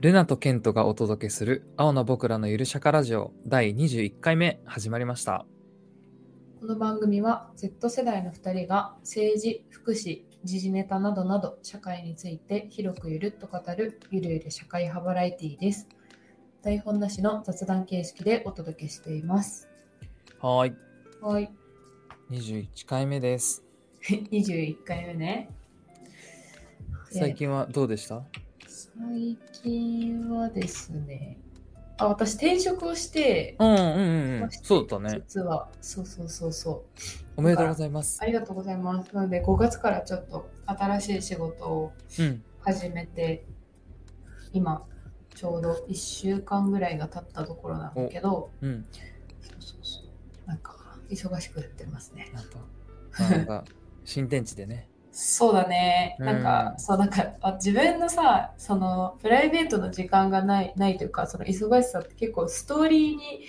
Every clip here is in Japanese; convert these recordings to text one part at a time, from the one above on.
ルナとケントがお届けする青の僕らのゆるシャカラジオ第21回目始まりました。この番組は Z 世代の2人が政治、福祉、時事ネタなどなど社会について広くゆるっと語るゆるゆる社会派バラエティです。台本なしの雑談形式でお届けしています。はーい。はい。 21回目です。 21回目ね。で最近はどうでした最近はですね、あ、私転職をして、うんうんうんうん。そうだったね。実は、そうそうそうそう。おめでとうございますあ。りがとうございます。なので5月からちょっと新しい仕事をうん。始めて今ちょうど1週間ぐらいが経ったところなんだけどうん。そうそうそうなんか忙しくやってますねなんか、まあなんか、新天地でね。そうだねうんなんか、そうなんかあ自分のさそのプライベートの時間がないないというかその忙しさって結構ストーリーに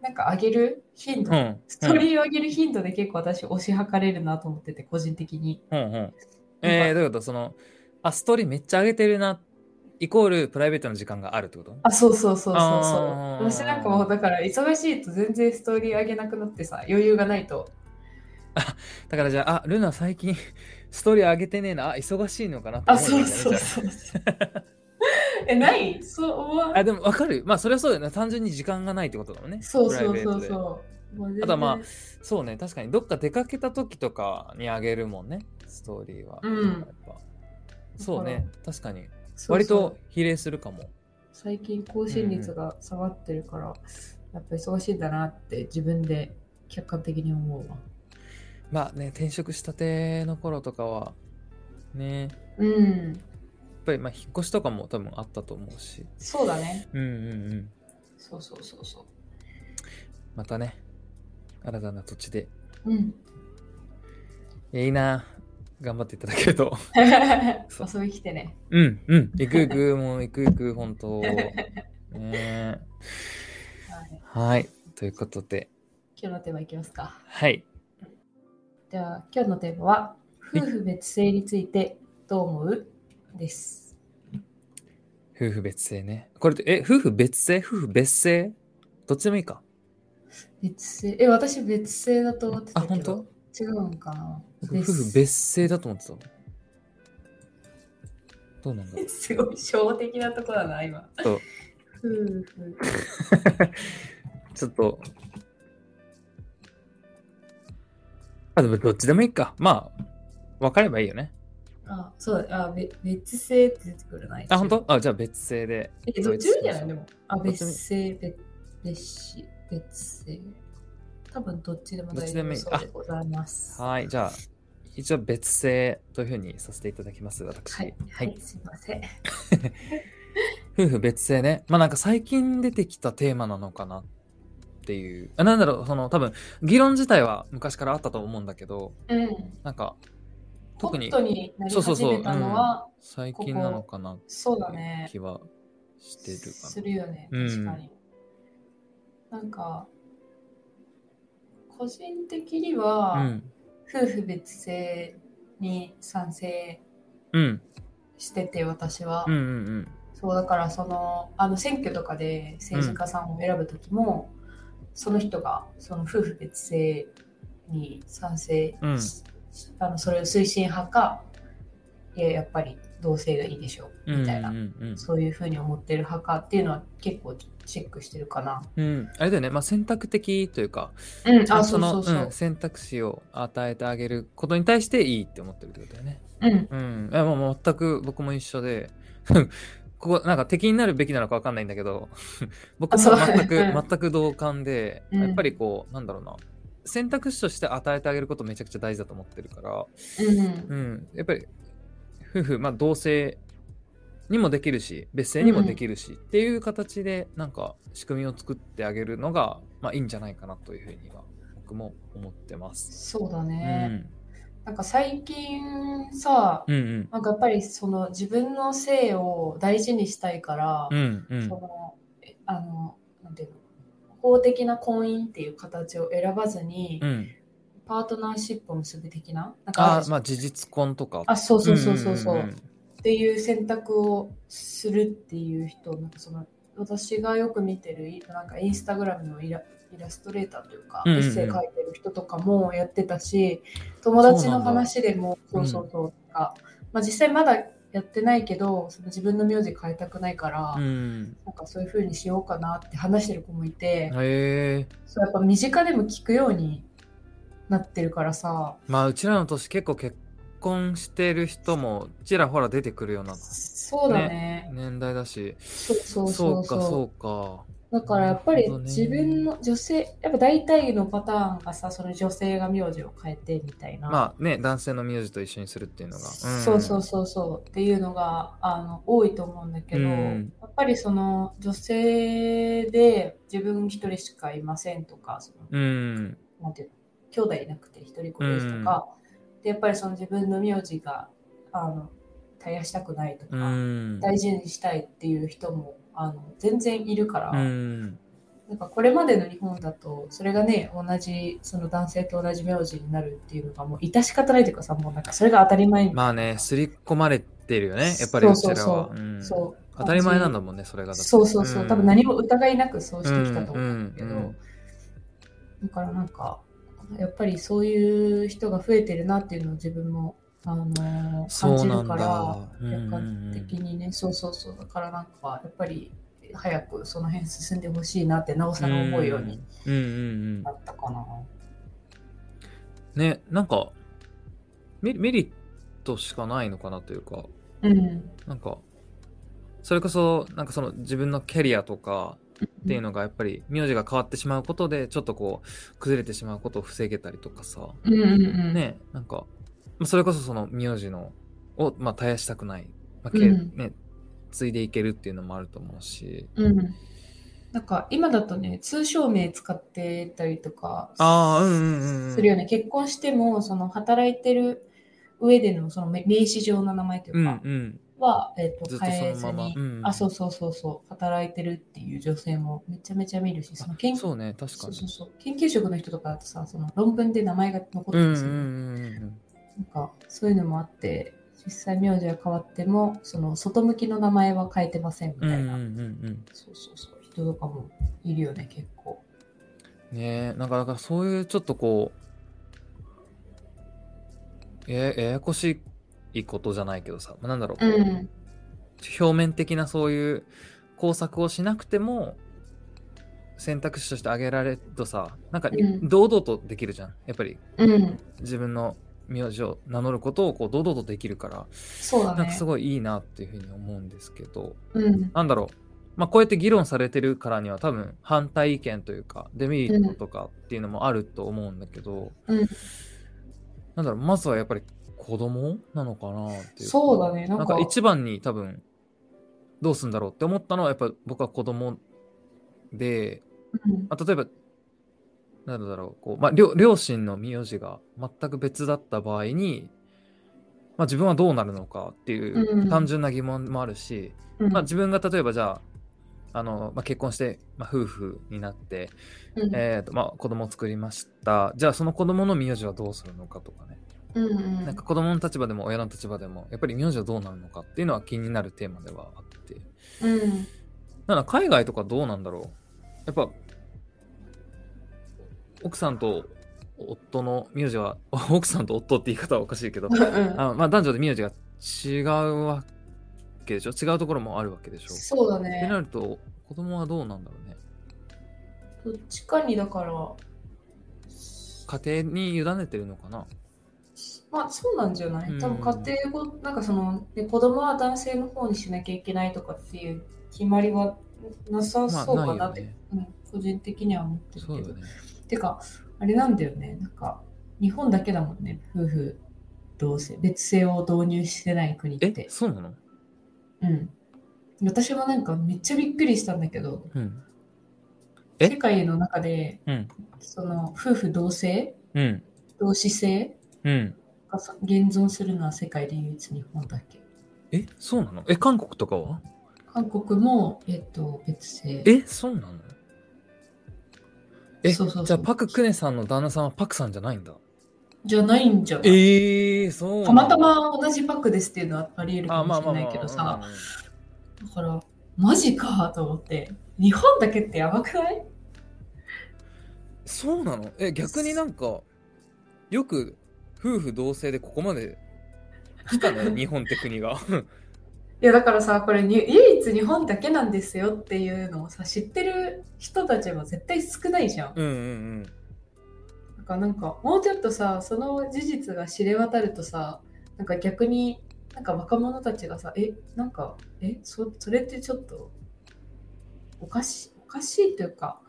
なんか上げる頻度、うん。うんストーリーを上げる頻度で結構私推し量れるなと思ってて個人的にうんうん。えー、どういうことその、あ、ストーリーめっちゃ上げてるな、イコールプライベートの時間があるってことあ、そうそうそうそうそう。あー私なんかもうだから忙しいと全然ストーリー上げなくなってさ、余裕がないと。だからじゃあ、あ、ルナ最近 ストーリー上げてねえな、あ、忙しいのかなってあ、思うんだよそうねそうじゃそう。 え、ないそう思わ ああ、でもわかる。まあ、それはそうだよね。単純に時間がないってことだもんね。そうそうプライベーそうトでそう。もう全然あとはまそうね、確かにどっか出かけた時とかにあげるもんね、ストーリーは。うんやっぱそうね、確かに。そうそう割と比例するかも。最近更新率が下がってるから、やっぱ忙しいんだなって自分で客観的に思うわ。まあね、転職したての頃とかは、ね、やうん、っぱりまあ引っ越しとかも多分あったと思うし。そうだね。うんうんうん。そうそうそうそまたね、新たな土地で。う。うん。いやいいな。頑張っていただけると。 遊び来てね。うんうん。行く行く、もう行く行く、本当。ねはいはい。ということで、今日のテーマいきますか。はい。じゃあ今日のテーマは夫婦別姓についてどう思うです。夫婦別姓ね。これって、え、夫婦別姓夫婦別姓どっちでもいいか。別姓え私別姓だと思ってたあ、けど本当？違うんかな。夫婦別姓だと思ってたわどうなんだろうすごい小的なとこだな今。ちょっと夫婦ちょっと。あ、でもどっちでもいいか。まあ、分かればいいよね。あそうだあべ別姓って出てくるな。あ、本当？あ、じゃあ別姓で。えどっちでもいいんじゃないでも。あどっち別でも姓別別姓別姓多分どっちでもどっ大ちで丈もい夫いそうでございます。はい、じゃあ、一応別姓というふうにさせていただきます、私。はい、はい、すいません。夫婦別姓ね。まあなんか最近出てきたテーマなのかなっていう。あなんだろう、その多分、議論自体は昔からあったと思うんだけど、うん。なんか、ホ特にットになり始めたのは最近なのかなってそうだいうね。気はしてるかな。するよね、うん確かに。なんか、個人的には、うん。夫婦別姓に賛成うん。してて、私は。うんうんうん。そうだから、その、あの選挙とかで政治家さんを選ぶときも、その人がその夫婦別姓に賛成し、うんあのそれを推進派か、いや、やっぱり同性がいいでしょう、みたいなうん。うんそういうふうに思ってる派かっていうのは結構チェックしてるかな。うん、うん。あれだよね、まあ、選択的というか、うん、あ、そそうのそうそう。うん選択肢を与えてあげることに対していいって思ってるってことだよね。うん、うん。いや、もうもう全く僕も一緒で、 ここ、なんか敵になるべきなのかわかんないんだけど、 僕もあそう全く、うん全く同感で、うんやっぱりこう、なんだろうな、選択肢として与えてあげることめちゃくちゃ大事だと思ってるから、うん、うん。やっぱり、夫婦、まあ同性にもできるし、別姓にもできるし、っていう形で、なんか仕組みを作ってあげるのが、まあいいんじゃないかなというふうには、僕も思ってます。そうだうね。ん。なんか最近さ、うんうん。なんかやっぱりその自分の性を大事にしたいから、うんうそん。のえあのなんていうの法的な婚姻っていう形を選ばずに、うん。パートナーシップを結ぶ的ななんかああーまあ事実婚とかあそうそうそうそうそう、んんんっていう選択をするっていう人なんかその私がよく見てるいなんかインスタグラムのイライラストレーターというか、うんうんうんエッセイ書いてる人とかもやってたし友達そうなのんだ話でもそううんそうそうとか、まあ、実際まだやってないけどその自分の名字変えたくないから、うん。なんかそういう風にしようかなって話してる子もいて、へえ。そうやっぱ身近でも聞くようになってるからさまあ、うちらの年結構結婚してる人もちらほら出てくるようなそうだね年代だし。そうそうそそううそか、うそうか。だからやっぱなりるほどね自分の女性やっぱ大体のパターンがさその女性が名字を変えてみたいな、まあね、男性の名字と一緒にするっていうのが。んそうそうそうそうっていうのがあの多いと思うんだけうど、んやっぱりその女性で自分一人しかいませんとかそのうん。なんていうの兄弟いなくて一人っ子ですとか、でやっぱりその自分の名字があの絶やしたくないとうか、ん。大事にしたいっていう人もあの全然いるから、うん。なんかこれまでの日本だとそれがね同じその男性と同じ名字になるっていうのがもう致し方ないというかさもうなんかそれが当たり前みたいなまあね、刷り込まれてるよね、やっぱりうちらは。そうそうそううんそう当たり前なんだもんね、それがだって。そうそうそう、ん多分何も疑いなくそうしてきたと思ううんんだけうど、んだからなんかやっぱりそういう人が増えてるなっていうのを自分も、あのうんーそ感うじなるんかだ。らうんうん客観うん的にね、そうそうそうだからなんかやっぱり早くその辺進んでほしいなってなおさら思うようにうんうんうんなったかな。ね、なんかメリ、メリットしかないのかなというか、うん、なんか、それこそ、なんかその自分のキャリアとかっていうのがやっぱり名字が変わってしまうことで、ちょっとこう、崩れてしまうことを防げたりとかさ、うんうんうん、ね、なんか、まあそれこそその名字のを、まあ、絶やしたくない、まあけうんね、継いでいけるっていうのもあると思うし、うん。なんか今だとね、通称名使ってたりとかああ、うんうんうんうん。するよね。結婚しても、その働いてる上でのその名名詞上の名前とういうんか、うん。は、えっ、ずと、っとそのまま変えずに、うんあ、そうそうそうそう、働いてるっていう女性もめちゃめちゃ見るし、その研そうね、確かそうに。そうそう研究職の人とかだとさ、その論文で名前が残ってうんうんるんですよ。うんうんなんかそういうのもあって、実際名字は変わっても、その外向きの名前は変えてませんみうたん。いうんな。うんうんそうそうそう、人とかもいるよね、結構。うん。ねえ、なんか、だからそういうちょっとこう、えややこしいことじゃないけどさ、まあ、なんだろう、うん、表面的なそういう工作をしなくても選択肢として挙げられるとさなんかうん堂々とできるじゃん、やっぱりうん、自分の名字を名乗ることをこう堂々とできるから、そうだなんかねす。ごいいいなっていうふうに思うんですけどうん、なんだろうまあこうやって議論されてるからには多分反対意見というかデメリットとかっていうのもあると思うんだけど、うんなんだろうまずはやっぱり子供なのかなっていうかそうだね。ななんんかか、一番に多分どうすんだろうって思ったのはやっぱ僕は子供で、うんまあ、例えばなんだろうこう、まあ、両両親の名字が全く別だった場合に、まあ、自分はどうなるのかっていうんう単純な疑問もあるし、うんまあ、自分が例えばじゃああの、まあ、結婚して、まあ、夫婦になって、うんえーとまあ、子供を作りましたじゃあその子供の名字はどうするのかとかねうんうんなんか子供の立場でも親の立場でもやっぱり名字はどうなるのかっていうのは気になるテーマではあってうんなんか海外とかどうなんだろうやっぱ奥さんと夫の名字は 奥さんと夫って言い方はおかしいけどうんあのまあ男女で名字が違うわけでしょ違うところもあるわけでしょっそうだてねな。ると子供はどうなんだろうねどっちかにだから、家庭に委ねてるのかなまあそうなんじゃないうん多分家庭ご、なんかその、ね、子供は男性の方にしなきゃいけないとかっていう決まりはなさまあそうかないなよって、ねうん、個人的には思ってるそうけだど。ねてか、あれなんだよね。なんか、日本だけだもんね。夫婦同姓、別姓を導入してない国って。えそうなのうん。私もなんかめっちゃびっくりしたんだけど、うんえ世界の中で、うんその夫婦同姓、うん同氏姓うんが現存するのは世界で唯一日本だけ。え、そうなのえ、韓国とかは韓国も、えっと、別姓。え、そうなのえ、そうそうそうじゃあパク・クネさんの旦那さんはパクさんじゃないんだ。じゃないんじゃないえー、そうたまたまま同じパックですっていうのはあり得るかあ、まあもしまれあまないあけまどあさ、だから、マジかと思って、日本だけってやばくないそうなのえ、逆になんか、よく夫婦同姓でここまで来た ね、日本って国が。 いやだからさ、これに唯一日本だけなんですよっていうのをさ、知ってる人たちも絶対少ないじゃん。うんうんうん。なんかなんかもうちょっとさその事実が知れ渡るとさなんか逆になんか若者たちがさえなんかえそそれってちょっとおかしおかしいというか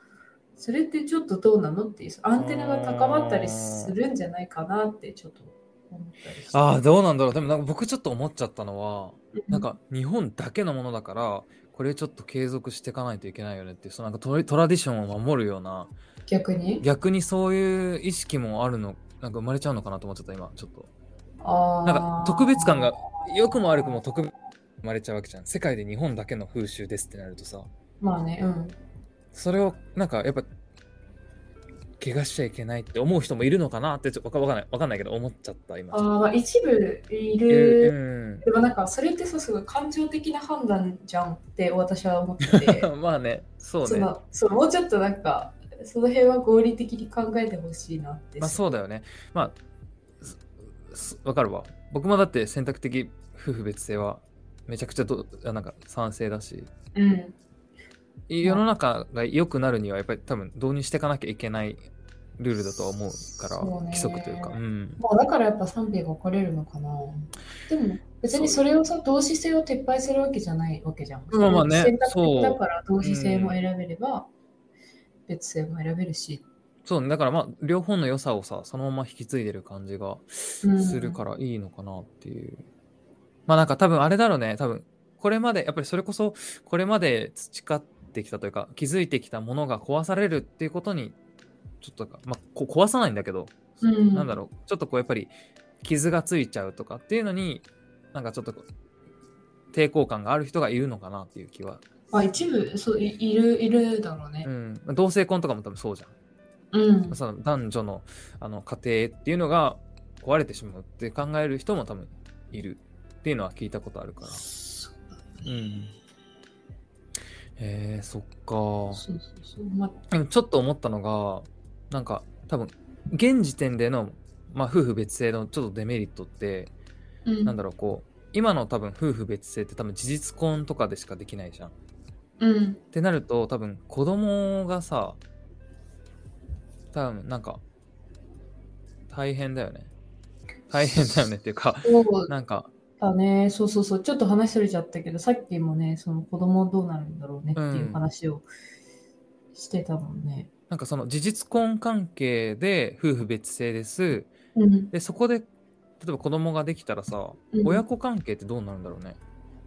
それってちょっとどうなのっていうアンテナが高まったりするんじゃないかなってちょっと思ったりしてああ、どうなんだろう。でもなんか僕ちょっと思っちゃったのは、うんなんか日本だけのものだから、これちょっと継続していかないといけないよねっていう、そのなんかトラトラディションを守るような、逆に逆にそういう意識もあるの、なんか生まれちゃうのかなと思っちゃった、今、ちょっと。あーなんか特別感が、良くも悪くも特別生まれちゃうわけじゃん。世界で日本だけの風習ですってなるとさ、まあねうんそれをなんかやっぱ怪我しちゃいけないって思う人もいるのかなってちょっとわかわかんないわかんないけど思っちゃった今あーまあ一部いいるる、でもなんかそれってさすごい感情的な判断じゃんって私は思っててうん、 まあねそうそねのそうもうちょっとなんかその辺は合理的に考えてほしいなって、まあそうだよねまあすすわかるわ僕もだって選択的夫婦別姓はめちゃくちゃどあなんか賛成だしうん世の中が良くなるにはやっぱり多分導入していかなきゃいけないルールだとは思うからそうね規則というか、うん、まあ、だからやっぱ賛否が分かれるのかなでも別にそれをさ同時性を撤廃するわけじゃないわけじゃん、まあまあね選択そう的だから同時性も選べれば、別性も選べるし、そうねだからまあ両方の良さをさそのまま引き継いでる感じがうんするからいいのかなっていう。まあなんか多分あれだろうね、多分これまで、やっぱりそれこそこれまで培ってきたというか、気づいてきたものが壊されるっていうことに、ちょっとか、まあこ壊さないんだけど、うんなんだろう、ちょっとこうやっぱり傷がついちゃうとかっていうのに、なんかちょっとこう抵抗感がある人がいるのかなっていう気は。まあ、一部そういいるいるだろうねうん、まあ同性婚とかも多分そうじゃん。うん、その男女のあの家庭っていうのが壊れてしまうって考える人も多分いるっていうのは聞いたことあるから。そううん。えー、そっか。そうそうまあでもちょっと思ったのが、なんか多分、現時点での、まあ、夫婦別姓のちょっとデメリットって、うん、なんだろう、こう、今の多分夫婦別姓って多分事実婚とかでしかできないじゃん。っうんてなると、多分子供がさ、多分なんか、大変だよね。大変だよねっていう か、そうなんか、だね、そうそうそう、ちょっと話それちゃったけど、さっきもね、その子供どうなるんだろうねっていう話をしてたもんね。なんかその事実婚関係で夫婦別姓です。うん、でそこで例えば子供ができたらさ、うん親子関係ってどうなるんだろうね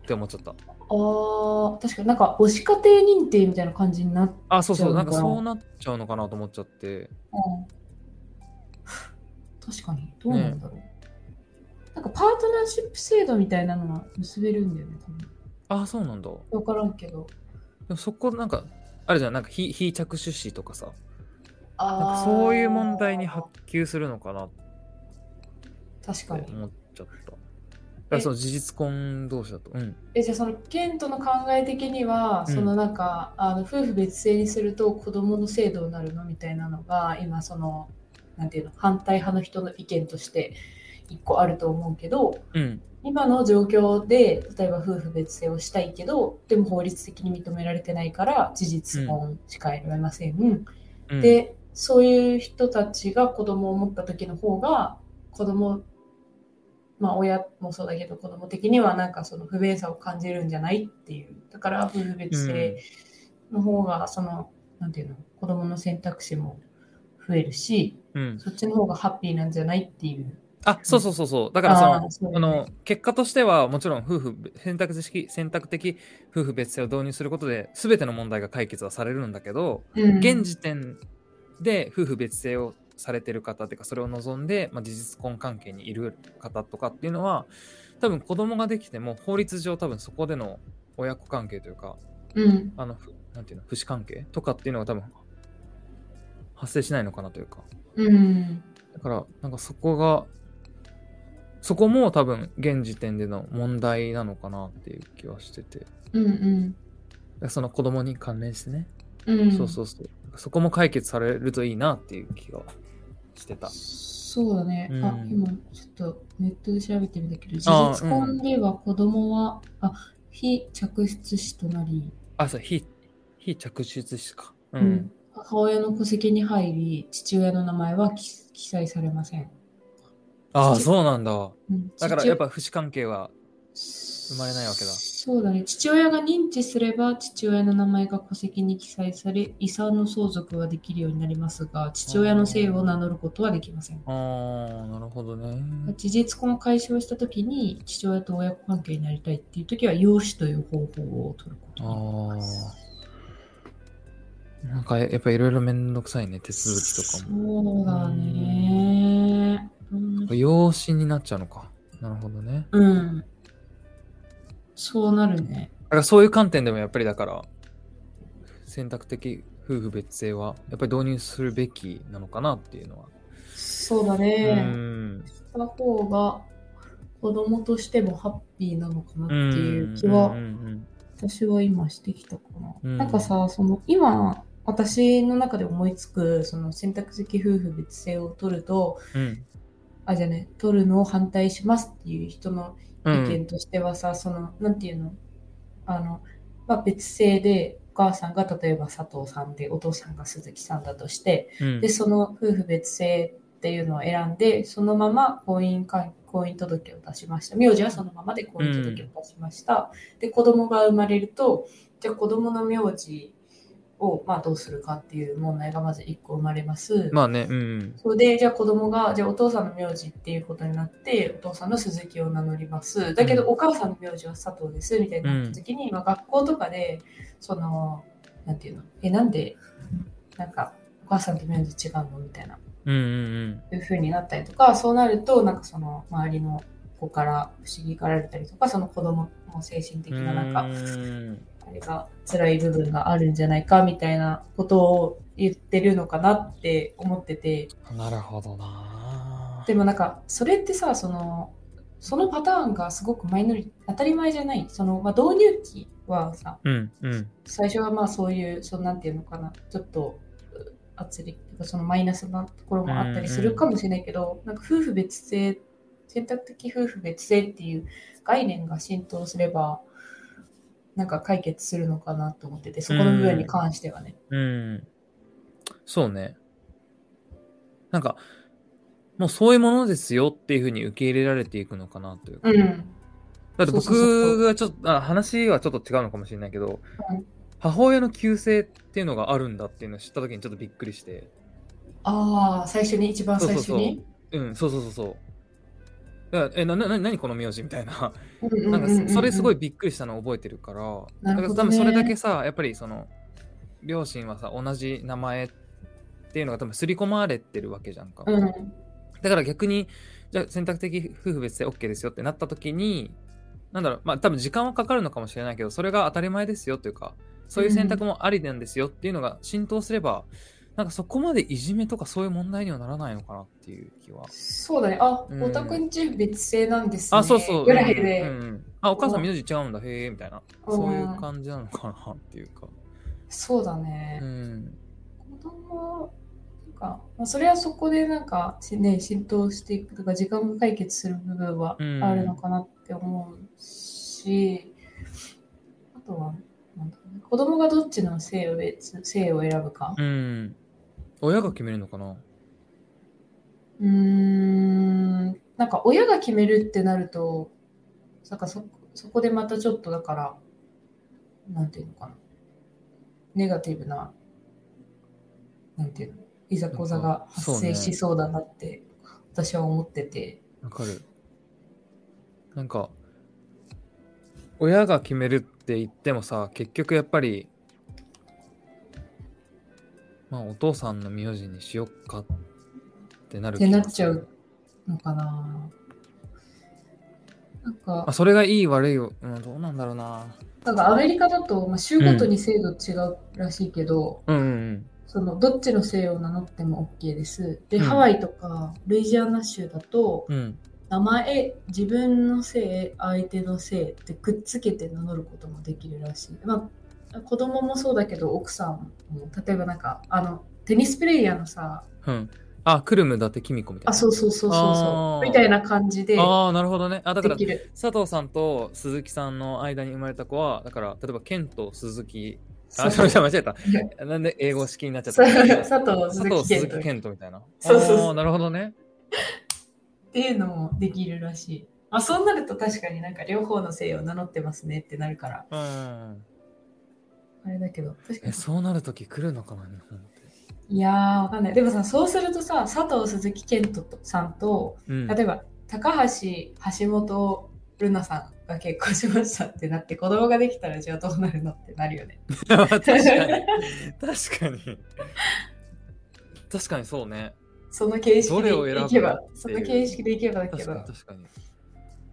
って思っちゃったああ、確かになんか母子家庭認定みたいな感じになって、あそうそうそうななんんかだそうなっちゃうのかなと思っちゃって確かにどうなんだろう。なんかパートナーシップ制度みたいなのは結べるんだよね、あそうなんだで多分。わからんけど。もそこなんかあるじゃんなんか非非着手子とかさなんあかあ、そういう問題に発及するのかなって確かに。思っちゃっただからその事実婚同士だとうんえじゃあそのケントの考え的には、うんそのなんかあの夫婦別姓にすると子どもの制度になるのみたいなのが今そのなんていうの反対派の人の意見として一個あると思うけどうん今の状況で例えば夫婦別姓をしたいけどでも法律的に認められてないから事実婚しか選べません、うんでそういう人たちが子供を持った時の方が子供まあ親もそうだけど子供的にはなんかその不便さを感じるんじゃないっていうだから夫婦別姓の方がその、なんていうの子供の選択肢も増えるしうん、そっちの方がハッピーなんじゃないっていうあそうそうそうそうだからそのあーそうあだねの結果としてはもちろん夫婦選択式選択的夫婦別姓を導入することで全ての問題が解決はされるんだけど、うん現時点で夫婦別姓をされてる方っていうかそれを望んで、まあ、事実婚関係にいる方とかっていうのは多分子供ができても法律上多分そこでの親子関係というかうんあのふなんていうの父子関係とかっていうのが多分発生しないのかなというかうんだから、なんかそこが、そこも多分現時点での問題なのかなっていう気はしてて、うんその子供に関連してね、うん。うん、そうそうそう、なんかそこも解決されるといいなっていう気がしてた。そうだね、うんあ今ちょっとネットで調べてみたけど事あ実婚では子供はあ,、非着室子となり、あ、そう、非、非着出しか。ううんん。母親の戸籍に入り父親の名前は記記載されません、ああ、父そうなんだ。うんだからやっぱ不死関係は、生まれないわけだそうだね父親が認知すれば父親の名前が戸籍に記載され遺産の相続はできるようになりますが父親の姓を名乗ることはできませんああ、なるほどね。事実婚を解消した時に父親と親子関係になりたいっていう時は養子という方法を取ることあになりますあ。なんかやっぱいろいろめんどくさいね、手続きとかも。そうだねうん、養子になっちゃうのか。なるほどね。うんそうなるねだからそういう観点でもやっぱりだから、選択的夫婦別姓はやっぱり導入するべきなのかなっていうのは。そうだうねん。した方が子供としてもハッピーなのかなってうん。いう気うんはうん私は今してきたかな、うんなんかさその今私の中で思いつくその選択的夫婦別姓を取るとうん。あ、じゃあね、取るのを反対しますっていう人のう意ん見としてはさ、その、なんていうのあの、まあ、別姓で、お母さんが例えば佐藤さんで、お父さんが鈴木さんだとして、うんで、その夫婦別姓っていうのを選んで、そのまま婚姻関婚姻届を出しました。名字はそのままで婚姻届を出しました。で、子供が生まれると、じゃあ子供の名字を、まあ、どうするかっていう問題がまず1個生まれます。まあね、うん。それで、じゃあ子供が、じゃあお父さんの名字っていうことになって、お父さんの鈴木を名乗ります。だけうど、お母さんの名字は佐藤です、みたいになった時に、まあ学校とかで、その、なんていうの、え、なんで、なんか、お母さんと名字違うのみたいな、うんうんいう風になったりとか、そうなると、なんかその、周りの子から不思議がられたりとか、その子供の精神的うん。ななんか、うんあれが辛い部分があるんじゃないか、みたいなことを言ってるのかなって思ってて、なるほどな。でもなんかそれってさそのそのパターンがすごくマイノリ当たり前じゃないその、まあ、導入期はさうんうん。最初はまあそういうそのなんていうのかなちょっとう圧力とかそのマイナスなところもあったりするかもしれないけど、なんか夫婦別姓選択的夫婦別姓っていう概念が浸透すればなんか解決するのかなと思っててそこの部分に関してはね。うん。そうね。なんか、もうそういうものですよっていうふうに受け入れられていくのかなというか。うん、だってそうそうそう僕がちょっと、あ話はちょっと違うのかもしれないけど、うん母親の旧姓っていうのがあるんだっていうのを知った時にちょっとびっくりして。ああ最初に一番そう最そう初そうに。うん、そうそうそうそう。だからえ、な、な、な何この名字みたいな。うなんかそ、それすごいんびっくりしたのを覚えてるから、なだるからほど多ね分それだけさ、やっぱりその、両親はさ、同じ名前っていうのが多分刷り込まれてるわけじゃんか。うんうん、だから逆に、じゃあ選択的夫婦別姓 OK ですよってなった時に、なんだろう、まあ多分時間はかかるのかもしれないけど、それが当たり前ですよというか、そういう選択もありなんですよっていうのが浸透すれば、なんかそこまでいじめとかそういう問題にはならないのかなっていう気は。そうだね。あ、うんお宅んち別姓なんですね。あ、そうそう。ぐらいで、うんうんうんあ、お母さん名字違うんだ、へえ、みたいな。うんそういう感じなのかなっていうか。そうだうね。ん。子供なんか、まあ、それはそこでなんか、しね、浸透していくとか、時間が解決する部分はうんあるのかなって思うし、あとは、なんだろうね、子供がどっちの姓を別姓を選ぶか。うん。親が決めるのかなうーん、なんか親が決めるってなると、なんかそそこでまたちょっとだから、なんていうのかな、ネガティブな、なんていうの、いざこざが発生しそうだなって、私は思ってて。わかる。なんか、親が決めるって言ってもさ、結局やっぱり、まあお父さんの名字にしよっかってなるってなっ気がするちゃう。のかな。なんまあ、か、それがいい悪いを、うん、どうなんだろうな。なんかアメリカだと、まあ、州ごとに制度違うらしいけど、うんうんそのどっちの姓を名乗っても OK です。で、うんハワイとかルイジアナ州だとうん。名前自分の姓相手の姓ってくっつけて名乗ることもできるらしい。まあ子供もそうだけど奥さんも例えばなんかあのテニスプレイヤーのさうん。あ、くるむ伊達きみこみたいな。あそうそうそうそうあそーうみたいな感じでああ、なるほどね。あ、だかでらき、る。佐藤さんと鈴木さんの間に生まれた子は、だから、例えば、健と鈴木、そあ、うすみません、間違え た。なんで英語式になっちゃったそうの佐藤佐鈴藤木鈴健木健とみたいな。そうそうそうあーなるほどね。っていうのもできるらしい。まあ、そうなると確かになんか両方の姓を名乗ってますねってなるから、うん。あれだけど、確かえ、に。そうなるとき来るのかな、日本って。いやー、わかんない。でもさ、そうするとさ、佐藤鈴木健人さんと、うん。例えば、高橋橋本ルナさんが結婚しましたってなって、子供ができたらじゃあどうなるのってなるよね。 確かに。確かに。確かにそうね。その形式でどれを選ぶいけばってい、うその形式でいけばだけ確どかに、確かに。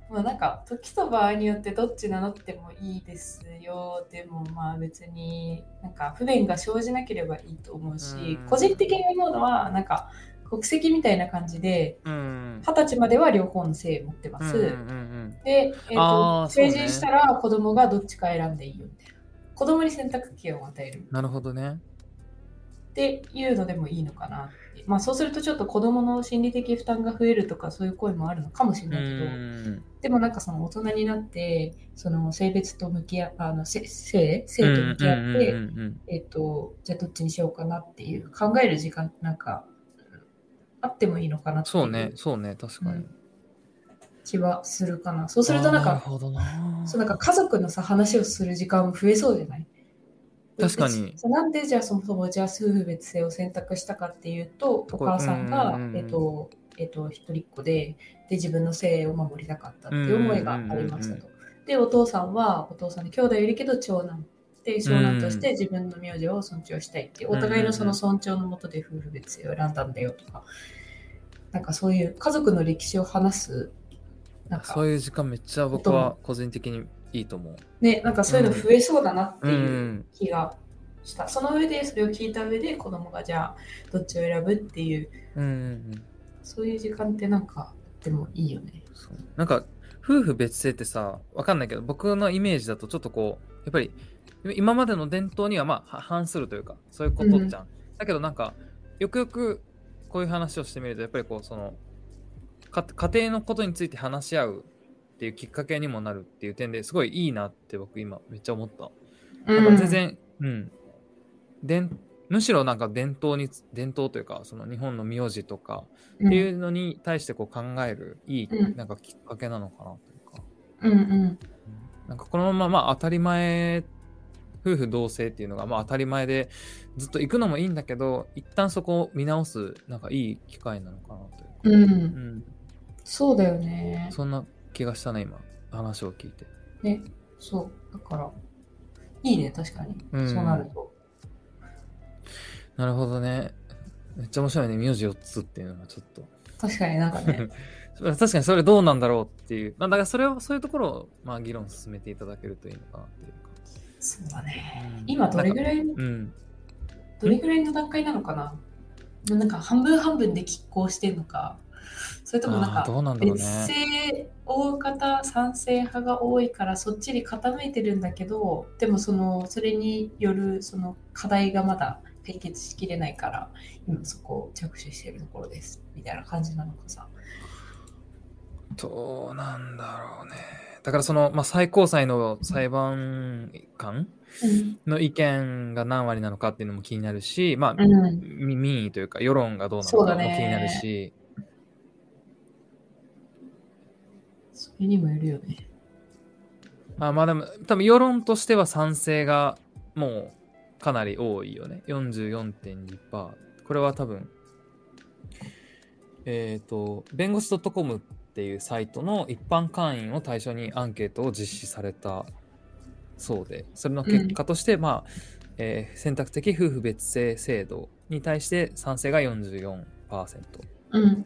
まあなんか、時と場合によってどっち名乗ってもいいですよ。でもまあ別になんか不便が生じなければいいと思うしう、ん個人的に思うのはなんか国籍みたいな感じで、うん。二十歳までは両方の姓持ってまうんす。うんうんで、えーあとーそう成ね人したら子供がどっちか選んでいいよみたいな。子供に選択権を与えるっなるほどね。ていうのでもいいのかなって。まあそうするとちょっと子供の心理的負担が増えるとかそういう声もあるのかもしれうないけど。ん。でもなんかその大人になってその性別と向き合あのせ性性と向き合っうて、んうんうんうんえっ、とじゃあどっちにしようかなっていう考える時間なんかうんあってもいいのかなっていそうね、そうね、確かうにん。気はするかな。そうするとなんあーるかほどなそうなんか家族のさ話をする時間も増えそうじゃない確かにうちそうなんでじゃあそもそもじゃあ夫婦別姓を選択したかっていうととおこ母さんうがんうんうんえっ、とえっ、と一人っ子でで自分の姓を守りたかったっていう思いがありましたと。でお父さんはお父さんの兄弟よりけど長男で長男として自分の名字を尊重したいっていうお互いのその尊重のもとで夫婦別姓を選んだんだよとかなんかそういう家族の歴史を話すなんかそういう時間めっちゃ僕は個人的にいいと思う。ね、なんかそういうの増えそうだなってう。いうん気がした。その上でそれを聞いた上で子供がじゃあどっちを選ぶっていう、うんうんうん。そういう時間ってなんかでもいいよね。そうなんか、夫婦別姓ってさ、わかんないけど、僕のイメージだとちょっとこう、やっぱり、今までの伝統にはまあは反するというか、そういうことじゃん。だけどなんか、よくよくこういう話をしてみると、やっぱりこう、その、か家庭のことについて話し合うっていうきっかけにもなるっていう点ですごいいいなって僕今めっちゃ思った。なんか全然、うん、でむしろなんか伝統につ伝統というかその日本の名字とかうんっていうのに対してこう考えるいいうんなんかきっかけなのかなというか、うんうんなんかこのまままあ当たり前夫婦同姓っていうのがまあ当たり前でずっと行くのもいいんだけど一旦そこを見直すなんかいい機会なのかなというか、うん、うん、そうだよね。そんな気がしたね今話を聞いて。ね、そう。だから、いいね、確かに。うんそうなると。なるほどね。めっちゃ面白いね。名字4つっていうのがちょっと。確かになん かね。確かにそれどうなんだろうっていう。まあ、だからそれを、そういうところを、まあ、議論進めていただけるといいのかなっていうか。そうだね。今どれぐいらいの、うん。どれぐらいの段階なのかななんか半分半分で拮抗してんのか、それともなんあかあ、、どうなんだろう別ね。姓大方賛成派が多いからそっちに傾いてるんだけどでもそのそれによるその課題がまだ解決しきれないから今そこを着手しているところですみたいな感じなのかさどうなんだろうね。だからその、まあ、最高裁の裁判官うんの意見が何割なのかっていうのも気になるし、まあ、うんみ民意というか、世論がどうなのそうかだも気ねになるし、それにもよるよねあまあでも、多分世論としては賛成がもうかなり多いよね。44.2%。これは多分、えっ、と、弁護士 .com っていうサイトの一般会員を対象にアンケートを実施されたそうで、それの結果として、まあ、えー選択的夫婦別姓制度に対して賛成が44%。うん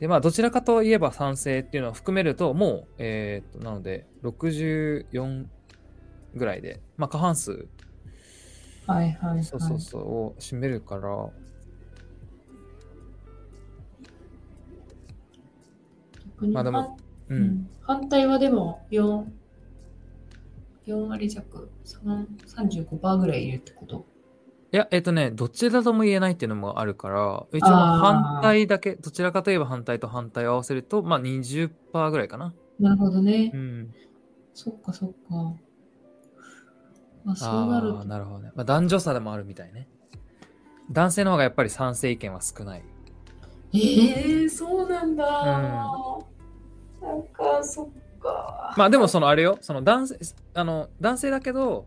で、まあ、どちらかといえば賛成っていうのを含めると、もう、えーっと、なので、64ぐらいで、まあ、過半数はいはいはい。そうそうそう、を占めるから、逆にまあでもう、うんん反対はでも4、4割弱、3 35%ぐらいいるってこといや、えっとね、どちらとも言えないっていうのもあるから、一応あー反対だけ、どちらかといえば反対と反対を合わせると、まあ20%ぐらいかな。なるほどね。うん。そっかそっか。まあそうなるああ、と。なるほどね。まあ男女差でもあるみたいね。男性の方がやっぱり賛成意見は少ない。えー、そうなんだ。なんかそっ か。まあでもそのあれよ、その男性、あの、男性だけど、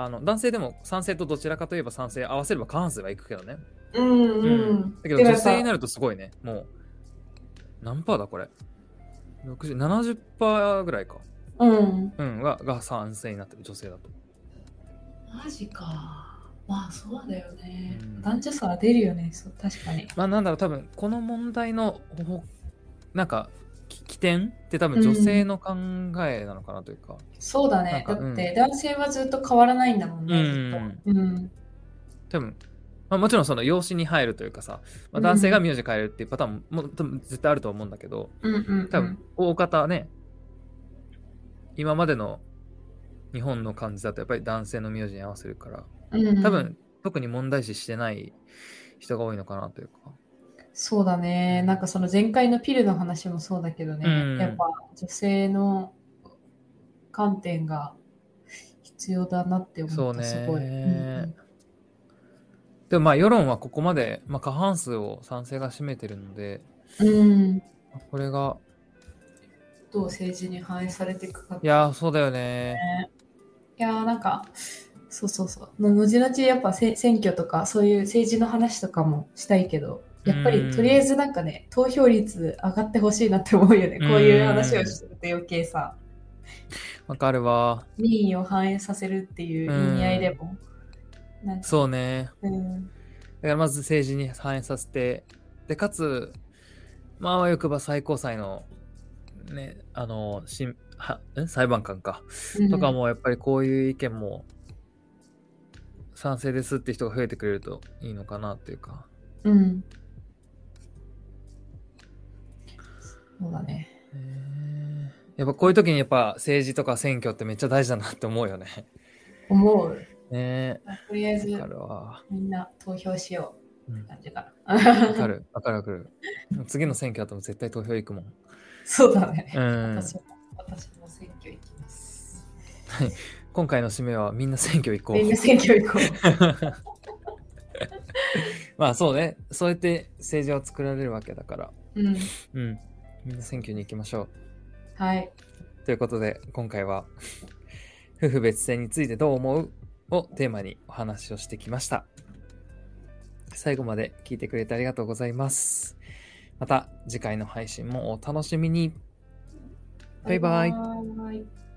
あの男性でも賛成とどちらかといえば賛成合わせれば過半数はいくけどね。うんうん。だけどで女もやっぱ性になるとすごいね。もう、何パーだこれ。60 70%ぐらいか。うん。うん、が、が賛成になってる女性だと。マジか。まあそうだよね。うん男女差は出るよね。そう確かに。まあなんだろう、多分この問題のほ、なんか、き起点って多分女性の考えなのかなというか。そうだなんね。かだって男性はずっと変わらないんだもんね。ずっとうん。多分、まあ、もちろんその養子に入るというかさ、まあ、男性が名字変えるっていうパターンもも多分絶対あると思うんだけど、うんうんうん。多分大方ね、今までの日本の感じだとやっぱり男性の名字に合わせるから、うん多分特に問題視してない人が多いのかなというか。そうだね。なんかその前回のピルの話もそうだけどね。うんやっぱ女性の観点が必要だなって思った。そうねすごい。うんでもまあ世論はここまで、まあ、過半数を賛成が占めてるので、うん、うんまあこれが、どう政治に反映されていくかっていやー、そうだよね。いやーなんか、そうそうそう。の後々やっぱせ選挙とか、そういう政治の話とかもしたいけど、やっぱうんりとりあえずなんかね、投票率上がってほしいなって思うよね。こういう話をしてると余計さ、わかるわ。民意を反映させるっていう意味合いでも、なんか、そうね。うん、だからまず政治に反映させて、で、かつ、まあ、あわよくば最高裁の、ね、あの、しんはん裁判官か。うんとかも、やっぱりこういう意見も、賛成ですって人が増えてくれるといいのかなっていうか。うん。そうだね。へーやっぱこういう時にやっぱ政治とか選挙ってめっちゃ大事だなって思うよね。思う。ねとりあええ。わかずるわ。みんな投票しよううん って感じかわかな。 る。わかるわかる。次の選挙だともう絶対投票行くもん。そうだね。うん。私も私も選挙行きます。今回の締めはみんな選挙行こみんなう。選挙行こう。まあそうね。そうやって政治は作られるわけだから。うん、うん。みんな選挙に行きましょはい。う。ということで、今回は 夫婦別姓についてどう思うをテーマにお話をしてきました。最後まで聞いてくれてありがとうございます。また次回の配信もお楽しみに。バイバイバイバイ